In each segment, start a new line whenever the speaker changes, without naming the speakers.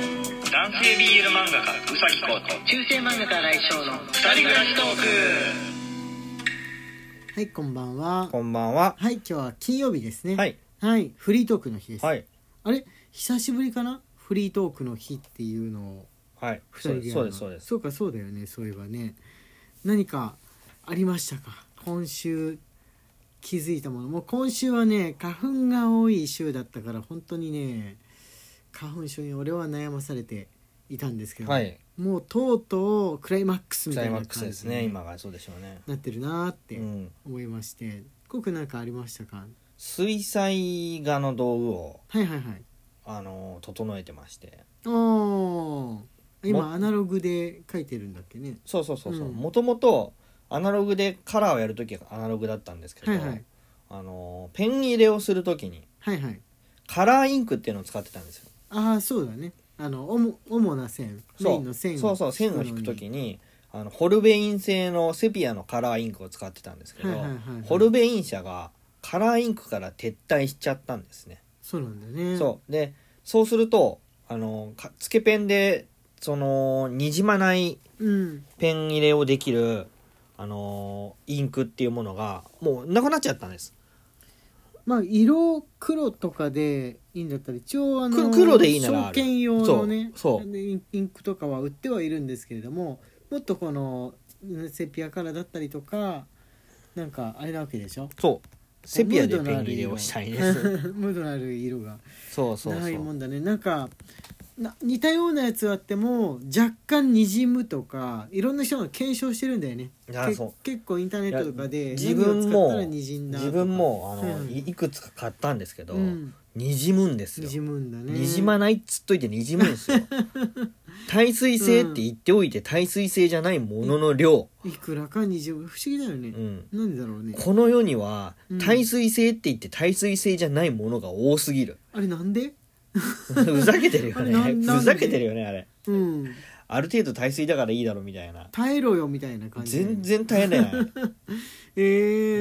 探偵 BL 漫画家うさぎこと
中世漫画家来翔の
二人暮らしトーク
はいこんばんは
こんばんは。
はい今日は金曜日ですね
はい、
はいフリートークの日です、
はい。
あれ久しぶりかなフリートークの日っていうのを
はい。
二
そ
人
うで。
ですや
そう
る
で
の
す。そうです。
そうかそうだよねそういえばね何かありましたか今週気づいたものもう今週はね花粉が多い週だったから本当にね花粉症に俺は悩まされていたんですけど、
はい。
もうとうとうクライマックスみた
クライ
い
マ
な
ックス
感
で
じ
す
に
ね。今がそうでしょうね。
なってるなーっ
う
て
ん。
思いまして、ごくなんかありましたか
水彩画の道具を、
はいはいはい
あのー、整えてまして。
おー
も
今アナログで書いてるんだっけね
そうそうそうそう。
うん
もともと、アナログでカラーをやるときはアナログだったんですけど、
はいはい
あのー、ペン入れをするときに、
はいはい
カラーインクっていうのを使ってたんですよ。
ああそうだねあのおも主な線メイ
そ
ンの
う。
線を
そうそう、線を引くときに、あのホルベイン製のセピアのカラーインクを使ってたんですけど、
はいはいはいはい
ホルベイン社がカラーインクから撤退しちゃったんですね。
そうなんだね
そうでそうするとあのかつけペンでそのにじまない
うん
ペン入れをできるあのインクっていうものがもうなくなっちゃったんです
まあ色黒とかでいいんだったら一応あの
黒黒でいいならあ
証
る
券用のね
そうそう
でインインクとかは売ってはいるんですけれどももっとこのうんセピアカラーだったりとかなんかあれなわけでしょ
そうセピアで
ムード
ペ
のあ
ン
る
入れ
色
をしたいです
ムードのある色が
そうそうそ
ないも
うん
だねなんかな似たようなやつはあっても若干にじむとかいろんな人が検証してるんだよね
いや
け
そう
結構インターネットとかで
自分
何を使っ
も
たらにじんだとか
自分もあの、
うん
いいくつか買ったんですけど、
うん
にじむんです
に
よ
じむんだね
にじまないっつっといてにじむんです よ耐水性って言っておいて耐水性じゃないものの量、
いくらかにじむ不思議だよね
う、ん、
なんでだろうね
この世には
うん
耐水性って言って耐水性じゃないものが多すぎる
あれなんで
ふざけてるよね
ななんで
ふざけてるよねあれ
うん
ある程度耐水だからいいだろみたいな
耐えろよみたいな感じ
全然耐え ない
え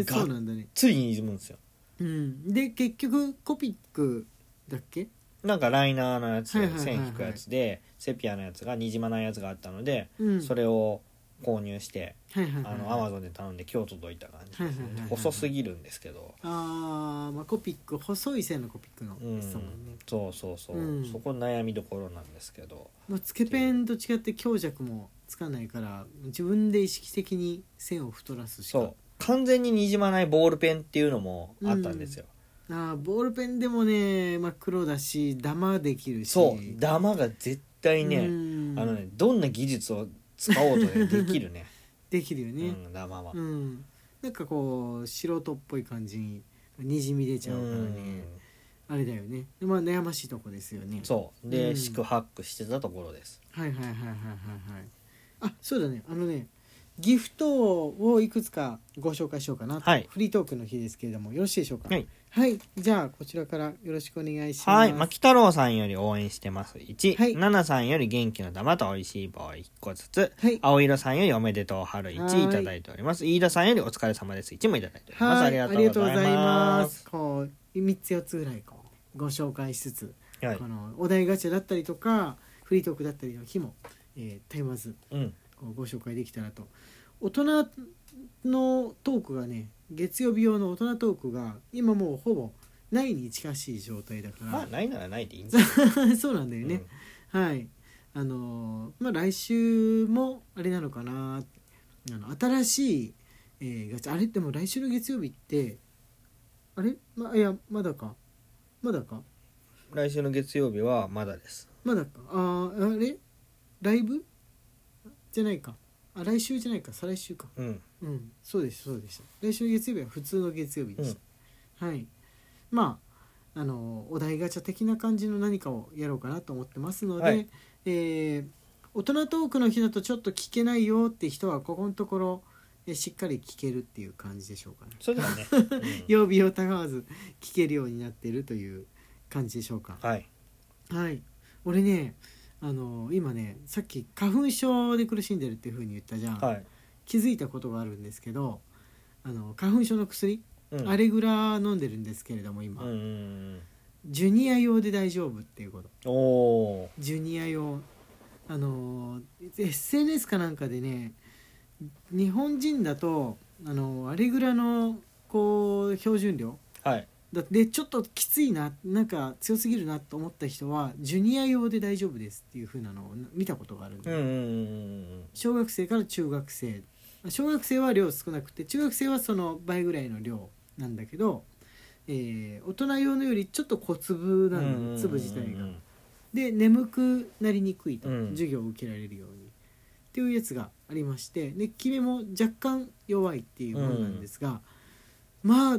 ー、
が
そうなんだね
ついに沈むんですよ
うんで結局コピックだっけ
なんかライナーのやつ
はいはいはいはい
線引くやつでセピアのやつがにじまないやつがあったので
うん
それを購入して
はいはいはい
あのアマゾンで頼んで今日届いた感じです
はいはいはいは
ね
い
細すぎるんですけど
あー、まあコピック細い線のコピックの
うん
やつだもんね、
そうそうそう
うん
そこ悩みどころなんですけど
まあ、つけペンと違って強弱もつかないから自分で意識的に線を太らすしか
そう完全ににじまないボールペンっていうのもあったんですよ、
あーボールペンでもね、まあ、黒だしダマできるし
そうダマが絶対ね、
うん
あのねどんな技術を使おうとねできるね
できるよね
うん、ダマは、
うん、なんかこう素人っぽい感じににじみ出ちゃうからねあれだよねでまあ悩ましいとこですよね
うんそうで、
うん
四苦八苦してたところです
はいはいはいはいはいはいあそうだねあのねギフトをいくつかご紹介しようかなと、
はい
フリートークの日ですけれどもよろしいでしょうか
はい、
はいじゃあこちらからよろしくお願いします
はい牧太郎さんより応援してます1、
はい
奈々さんより元気の玉と美味しい棒1個ずつ
はい
青色さんよりおめでとう春
はい
1いただいております飯田さんよりお疲れ様です1もいただいております、
はい
ありがとうございます
こう3つ4つぐらいこうご紹介しつつ、
はい
このお題ガチャだったりとかフリートークだったりの日も、えー、絶えまず
うん
こうご紹介できたらと大人のトークがね月曜日用の大人トークが今もうほぼないに近しい状態だから、
まあないならないでいいんですよ
そうなんだよ
う
ね
ん、
はいあのーまあ来週もあれなのかなあの新しい、えーガチャあれでも来週の月曜日ってあれまいやまだかまだか
来週の月曜日はまだです
まだかあーあれライブじゃないかあ来週じゃないか再来週か
うん
うん、そうでしたそうでした来週の月曜日は普通の月曜日でした、はいまああのお題ガチャ的な感じの何かをやろうかなと思ってますので、
はい
えー大人トークの日だとちょっと聞けないよって人はここのところえしっかり聞けるっていう感じでしょうかね
それではね、うん
曜日をたがわず聞けるようになってるという感じでしょうか
はい
はい俺ねあの今ねさっき花粉症で苦しんでるっていうふうに言ったじゃん、
はい、
気づいたことがあるんですけどあの花粉症の薬、
うん、
アレグラ飲んでるんですけれども
う
今、
んうんうん
ジュニア用で大丈夫っていうこと
おお
ジュニア用あの SNS かなんかでね日本人だとあのアレグラのこう標準量
はい
だでちょっときついななんか強すぎるなと思った人はジュニア用で大丈夫ですっていう風なのを見たことがあるん
う
で、
んうんうん
小学生から中学生小学生は量少なくて中学生はその倍ぐらいの量なんだけど、えー大人用のよりちょっと小粒
うん
な
うんうん
ん
う
だ
ん
粒自体が。で眠くなりにくいと、
うん
授業を受けられるようにっていうやつがありましてでキメも若干弱いっていうものなんですが、まあ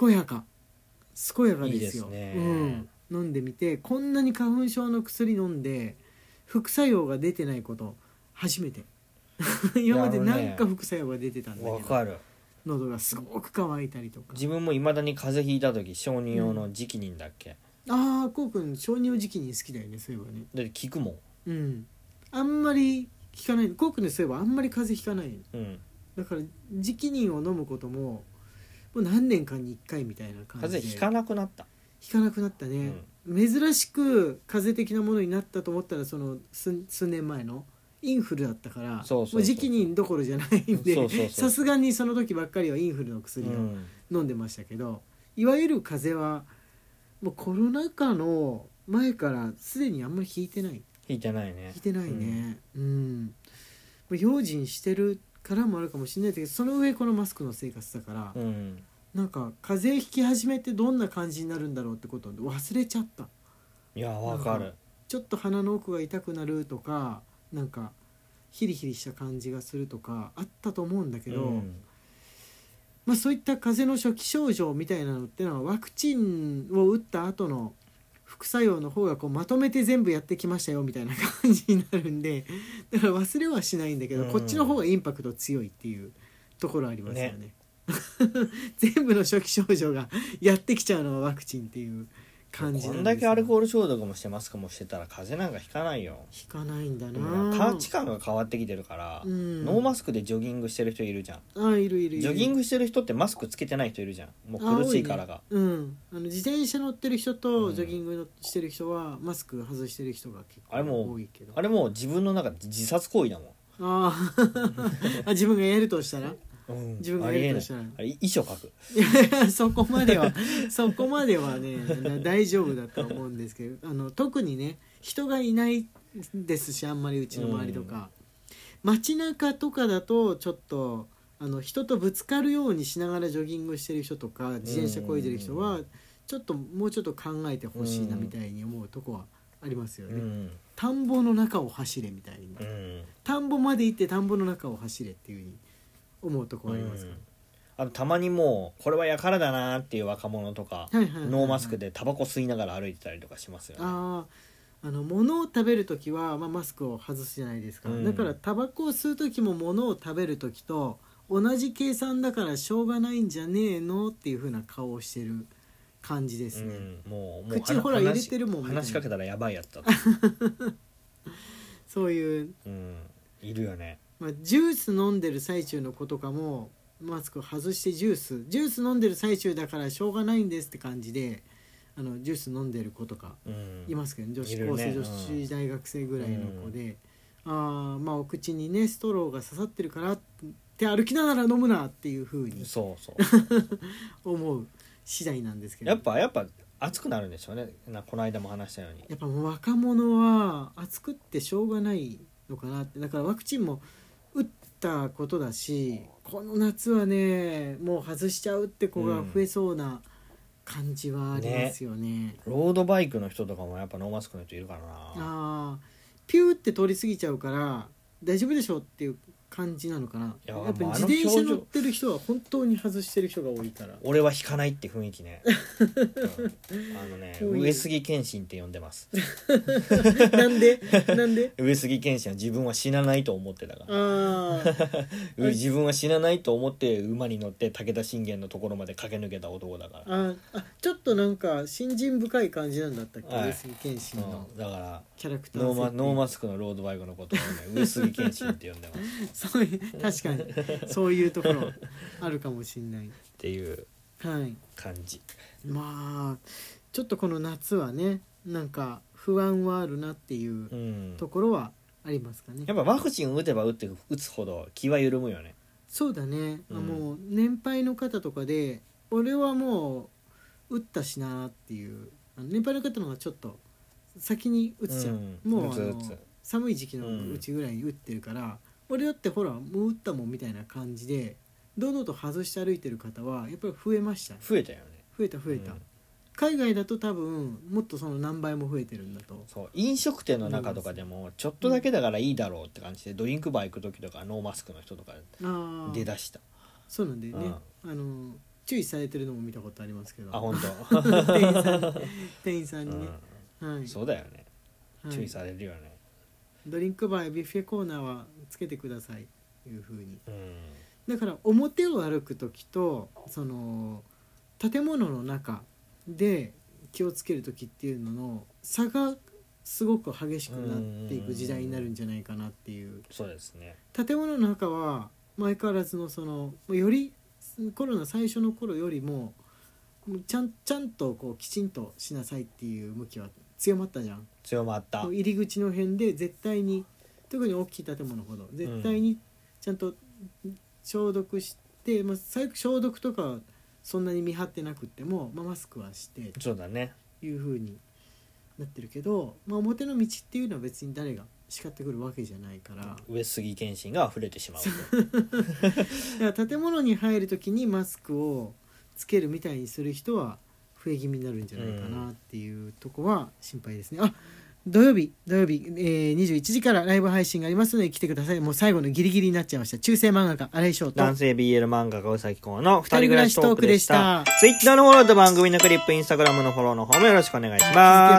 健やか健やかですよ
いいですね
うん、飲んでみてこんなに花粉症の薬飲んで副作用が出てないこと初めて 今までなんか副作用が出てたんだけど、
わかる
喉がすごく乾いたりとか
自分もいまだに風邪ひいた時小児用の直人だっけ、
ああこうくん小乳時期に好きだよねそういえばね
だって聞くもん
うんあんまり効かないコークにすればあんまり風邪ひかない
うん
だから直飲を飲むことももう何年間に1回みたいな感じ
風
で
邪ひかなくなった
ひかなくなったね、珍しく風邪的なものになったと思ったらその数数年前のインフルだったから
そうそうそう
もう直飲どころじゃないん
そうそうそう
でさすがにその時ばっかりはインフルの薬を
うん
飲んでましたけど、いわゆる風邪はもうコロナ禍の前からすでにあんまり効いてない
ひいてないね
聞いてないねうん、まあ用心してるからもあるかもしれないけどその上このマスクの生活だから、
うん
なんか風邪ひき始めてどんな感じになるんだろうってことを忘れちゃった
いやわか
なん
る
ちょっと鼻の奥が痛くなるとかなんかヒリヒリした感じがするとかあったと思うんだけど、
うん
まあ、そういった風邪の初期症状みたいなのってのはワクチンを打った後の副作用の方がこうまとめて全部やってきましたよみたいな感じになるん でだから忘れはしないんだけど、
うん
こっちの方がインパクト強いっていうところありますよね全部の初期症状がやってきちゃうのはワクチンっていう感じ
こ
なん
んだけアルコ
ール
ール消毒もしてマスクもしてたら風邪なんかひかないよ
引かないんだな
価値観が変わってきてるから、
うん
ノーマスクでジョギングしてる人いるじゃん
あいるいるいる
ジョギングしてる人ってマスクつけてない人いるじゃんもう苦しいからが、
あ多いねうん、あの自転車乗ってる人
う
と
ん
ジョギングのしてる人はマスク外してる人が結
あれも
構多いけど
あれもう自分の中で自殺行為だも
あー あ自分がやるとしたら
ん、うん
自分が
あ
や
りえ
る
な
と
い
したら
あれ遺書書く
いやいや そこまではそこまではねな大丈夫だと思うんですけどあの特にね人がいないですしあんまりうちの周りとか、街中とかだとちょっとあの人とぶつかるようにしながらジョギングしてる人とか自転車こいでる人
う
は
ん
ちょっともうちょっと考えてほしいな
うん
みたいに思うとこはありますよ
う
ね、
ん
田んぼの中を走れみたいに
うん
田んぼまで行って田んぼの中を走れっていうふうに思うとこはありますから、
あとたまにもうこれはやからだなーっていう若者とか、
はいはいはいはい
ノーマスクでタバコ吸いながら歩いてたりとかしますよね
あーあの物を食べる時は、まあ、マスクを外すじゃないですか、
うん
だからタバコを吸う時も物を食べる時と同じ計算だからしょうがないんじゃねえのっていう風な顔をしてる感じですね、
うん、もうもう
口
あの
ほら入れ
話
てるもんみたいな
話しかけたらやばいやつだった
そういう、
うんいるよね
まあ、ジュース飲んでる最中の子とかもマスクを外してジュースジュース飲んでる最中だからしょうがないんですって感じであのジュース飲んでる子とか
うん
いますけどね女子
いるね
高生、
うん
女子大学生ぐらいの子で、ああまあお口にねストローが刺さってるからって歩きながら飲むなっていうふうに
そうそう
思う次第なんですけど
やっぱやっぱ熱くなるんでしょうねなこの間も話したように
やっぱもう若者は暑くってしょうがないのかなってだからワクチンも打ったことだしこの夏はねもう外しちゃうって子が増えそうな感じはありますよね。
ロードバイクの人とかもやっぱノーマスクの人いるからな
あーピューって通り過ぎちゃうから大丈夫でしょうっていう感じなのかないや
や
っぱ
まああ
自
の
転車
表情
乗ってる人は本当に外してる人が多い から
俺は引かないって雰囲気 ね、うんあのね
多い
上杉謙信って呼んでます
なんで なんで
上杉謙信は自分は死なないと思ってたから
ああ
う自分は死なないと思って馬に乗って武田信玄のところまで駆け抜けた男だから、
ああちょっとなんか信心深い感じなんだったっけ
はい
上杉謙信の
うんだから
キャラクター
ノーマ
設定
ノーマスクのロードバイクのことをね上杉謙信って呼んでます っ
そういう確かにそういうところあるかもしんない
ていう
はい
感じ
まあちょっとこの夏はねなんか不安はあるなっていう
うん
ところはありますかね
やっぱワクチン打てば打って打つほど気は緩むよね
そうだね、
うん
もう年配の方とかで俺はもう打ったしなっていうあの年配の方の方がちょっと先に打つじゃん、
うん
もう
打
あ
つ
の
打つ
寒い時期のうちぐらいに打ってるから、俺だってほらもう打ったもんみたいな感じで堂々と外して歩いてる方はやっぱり増えましたね
増えたよね
増えた増えた、
うん
海外だと多分もっとその何倍も増えてるんだと
そう飲食店の中とかでもちょっとだけだからいいだろうって感じでドリンクバー行く時とかノーマスクの人とか
ああ
出だした
そうなんだよね、あの注意されてるのも見たことありますけど
あ本
店員さんに店員さ
当、
ん
う
にね、
ん、
はい、
そうだよね
はい
注意されるよね、
ドリンクバーやビュッフェコーナーはつけてくださいというふうに
うん
だから表を歩く時とその建物の中で気をつける時っていうのの差がすごく激しくなっていく時代になるんじゃないかなっていう
そうですね
建物の中は相変わらずのそのよりコロナ最初の頃よりもちゃんちゃんとこうきちんとしなさいっていう向きは強まったじゃん。
強まった
もう入り口の辺で絶対に特に大きい建物ほど絶対にちゃんと消毒して、まあ、最悪消毒とかはそんなに見張ってなくっても、まあ、マスクはして
そうだね
という風になってるけど、まあ、表の道っていうのは別に誰が叱ってくるわけじゃないから
上杉謙信が溢れてしまうと
だから建物に入る時にマスクをつけるみたいにする人は増え気味になるんじゃないかなっていうとこは心配ですね。あ土曜日土曜日、えー、21時からライブ配信がありますので来てくださいもう最後のギリギリになっちゃいました中世漫画家荒井翔と
男性 BL 漫画がうさぎこうの
人
二人
暮
暮
ら
ら
し
し
ト
ト
ー
ー
ク
ク
で
で
し
したた Twitter のフォローと番組のクリップインスタグラムのフォローの方もよろしくお願いします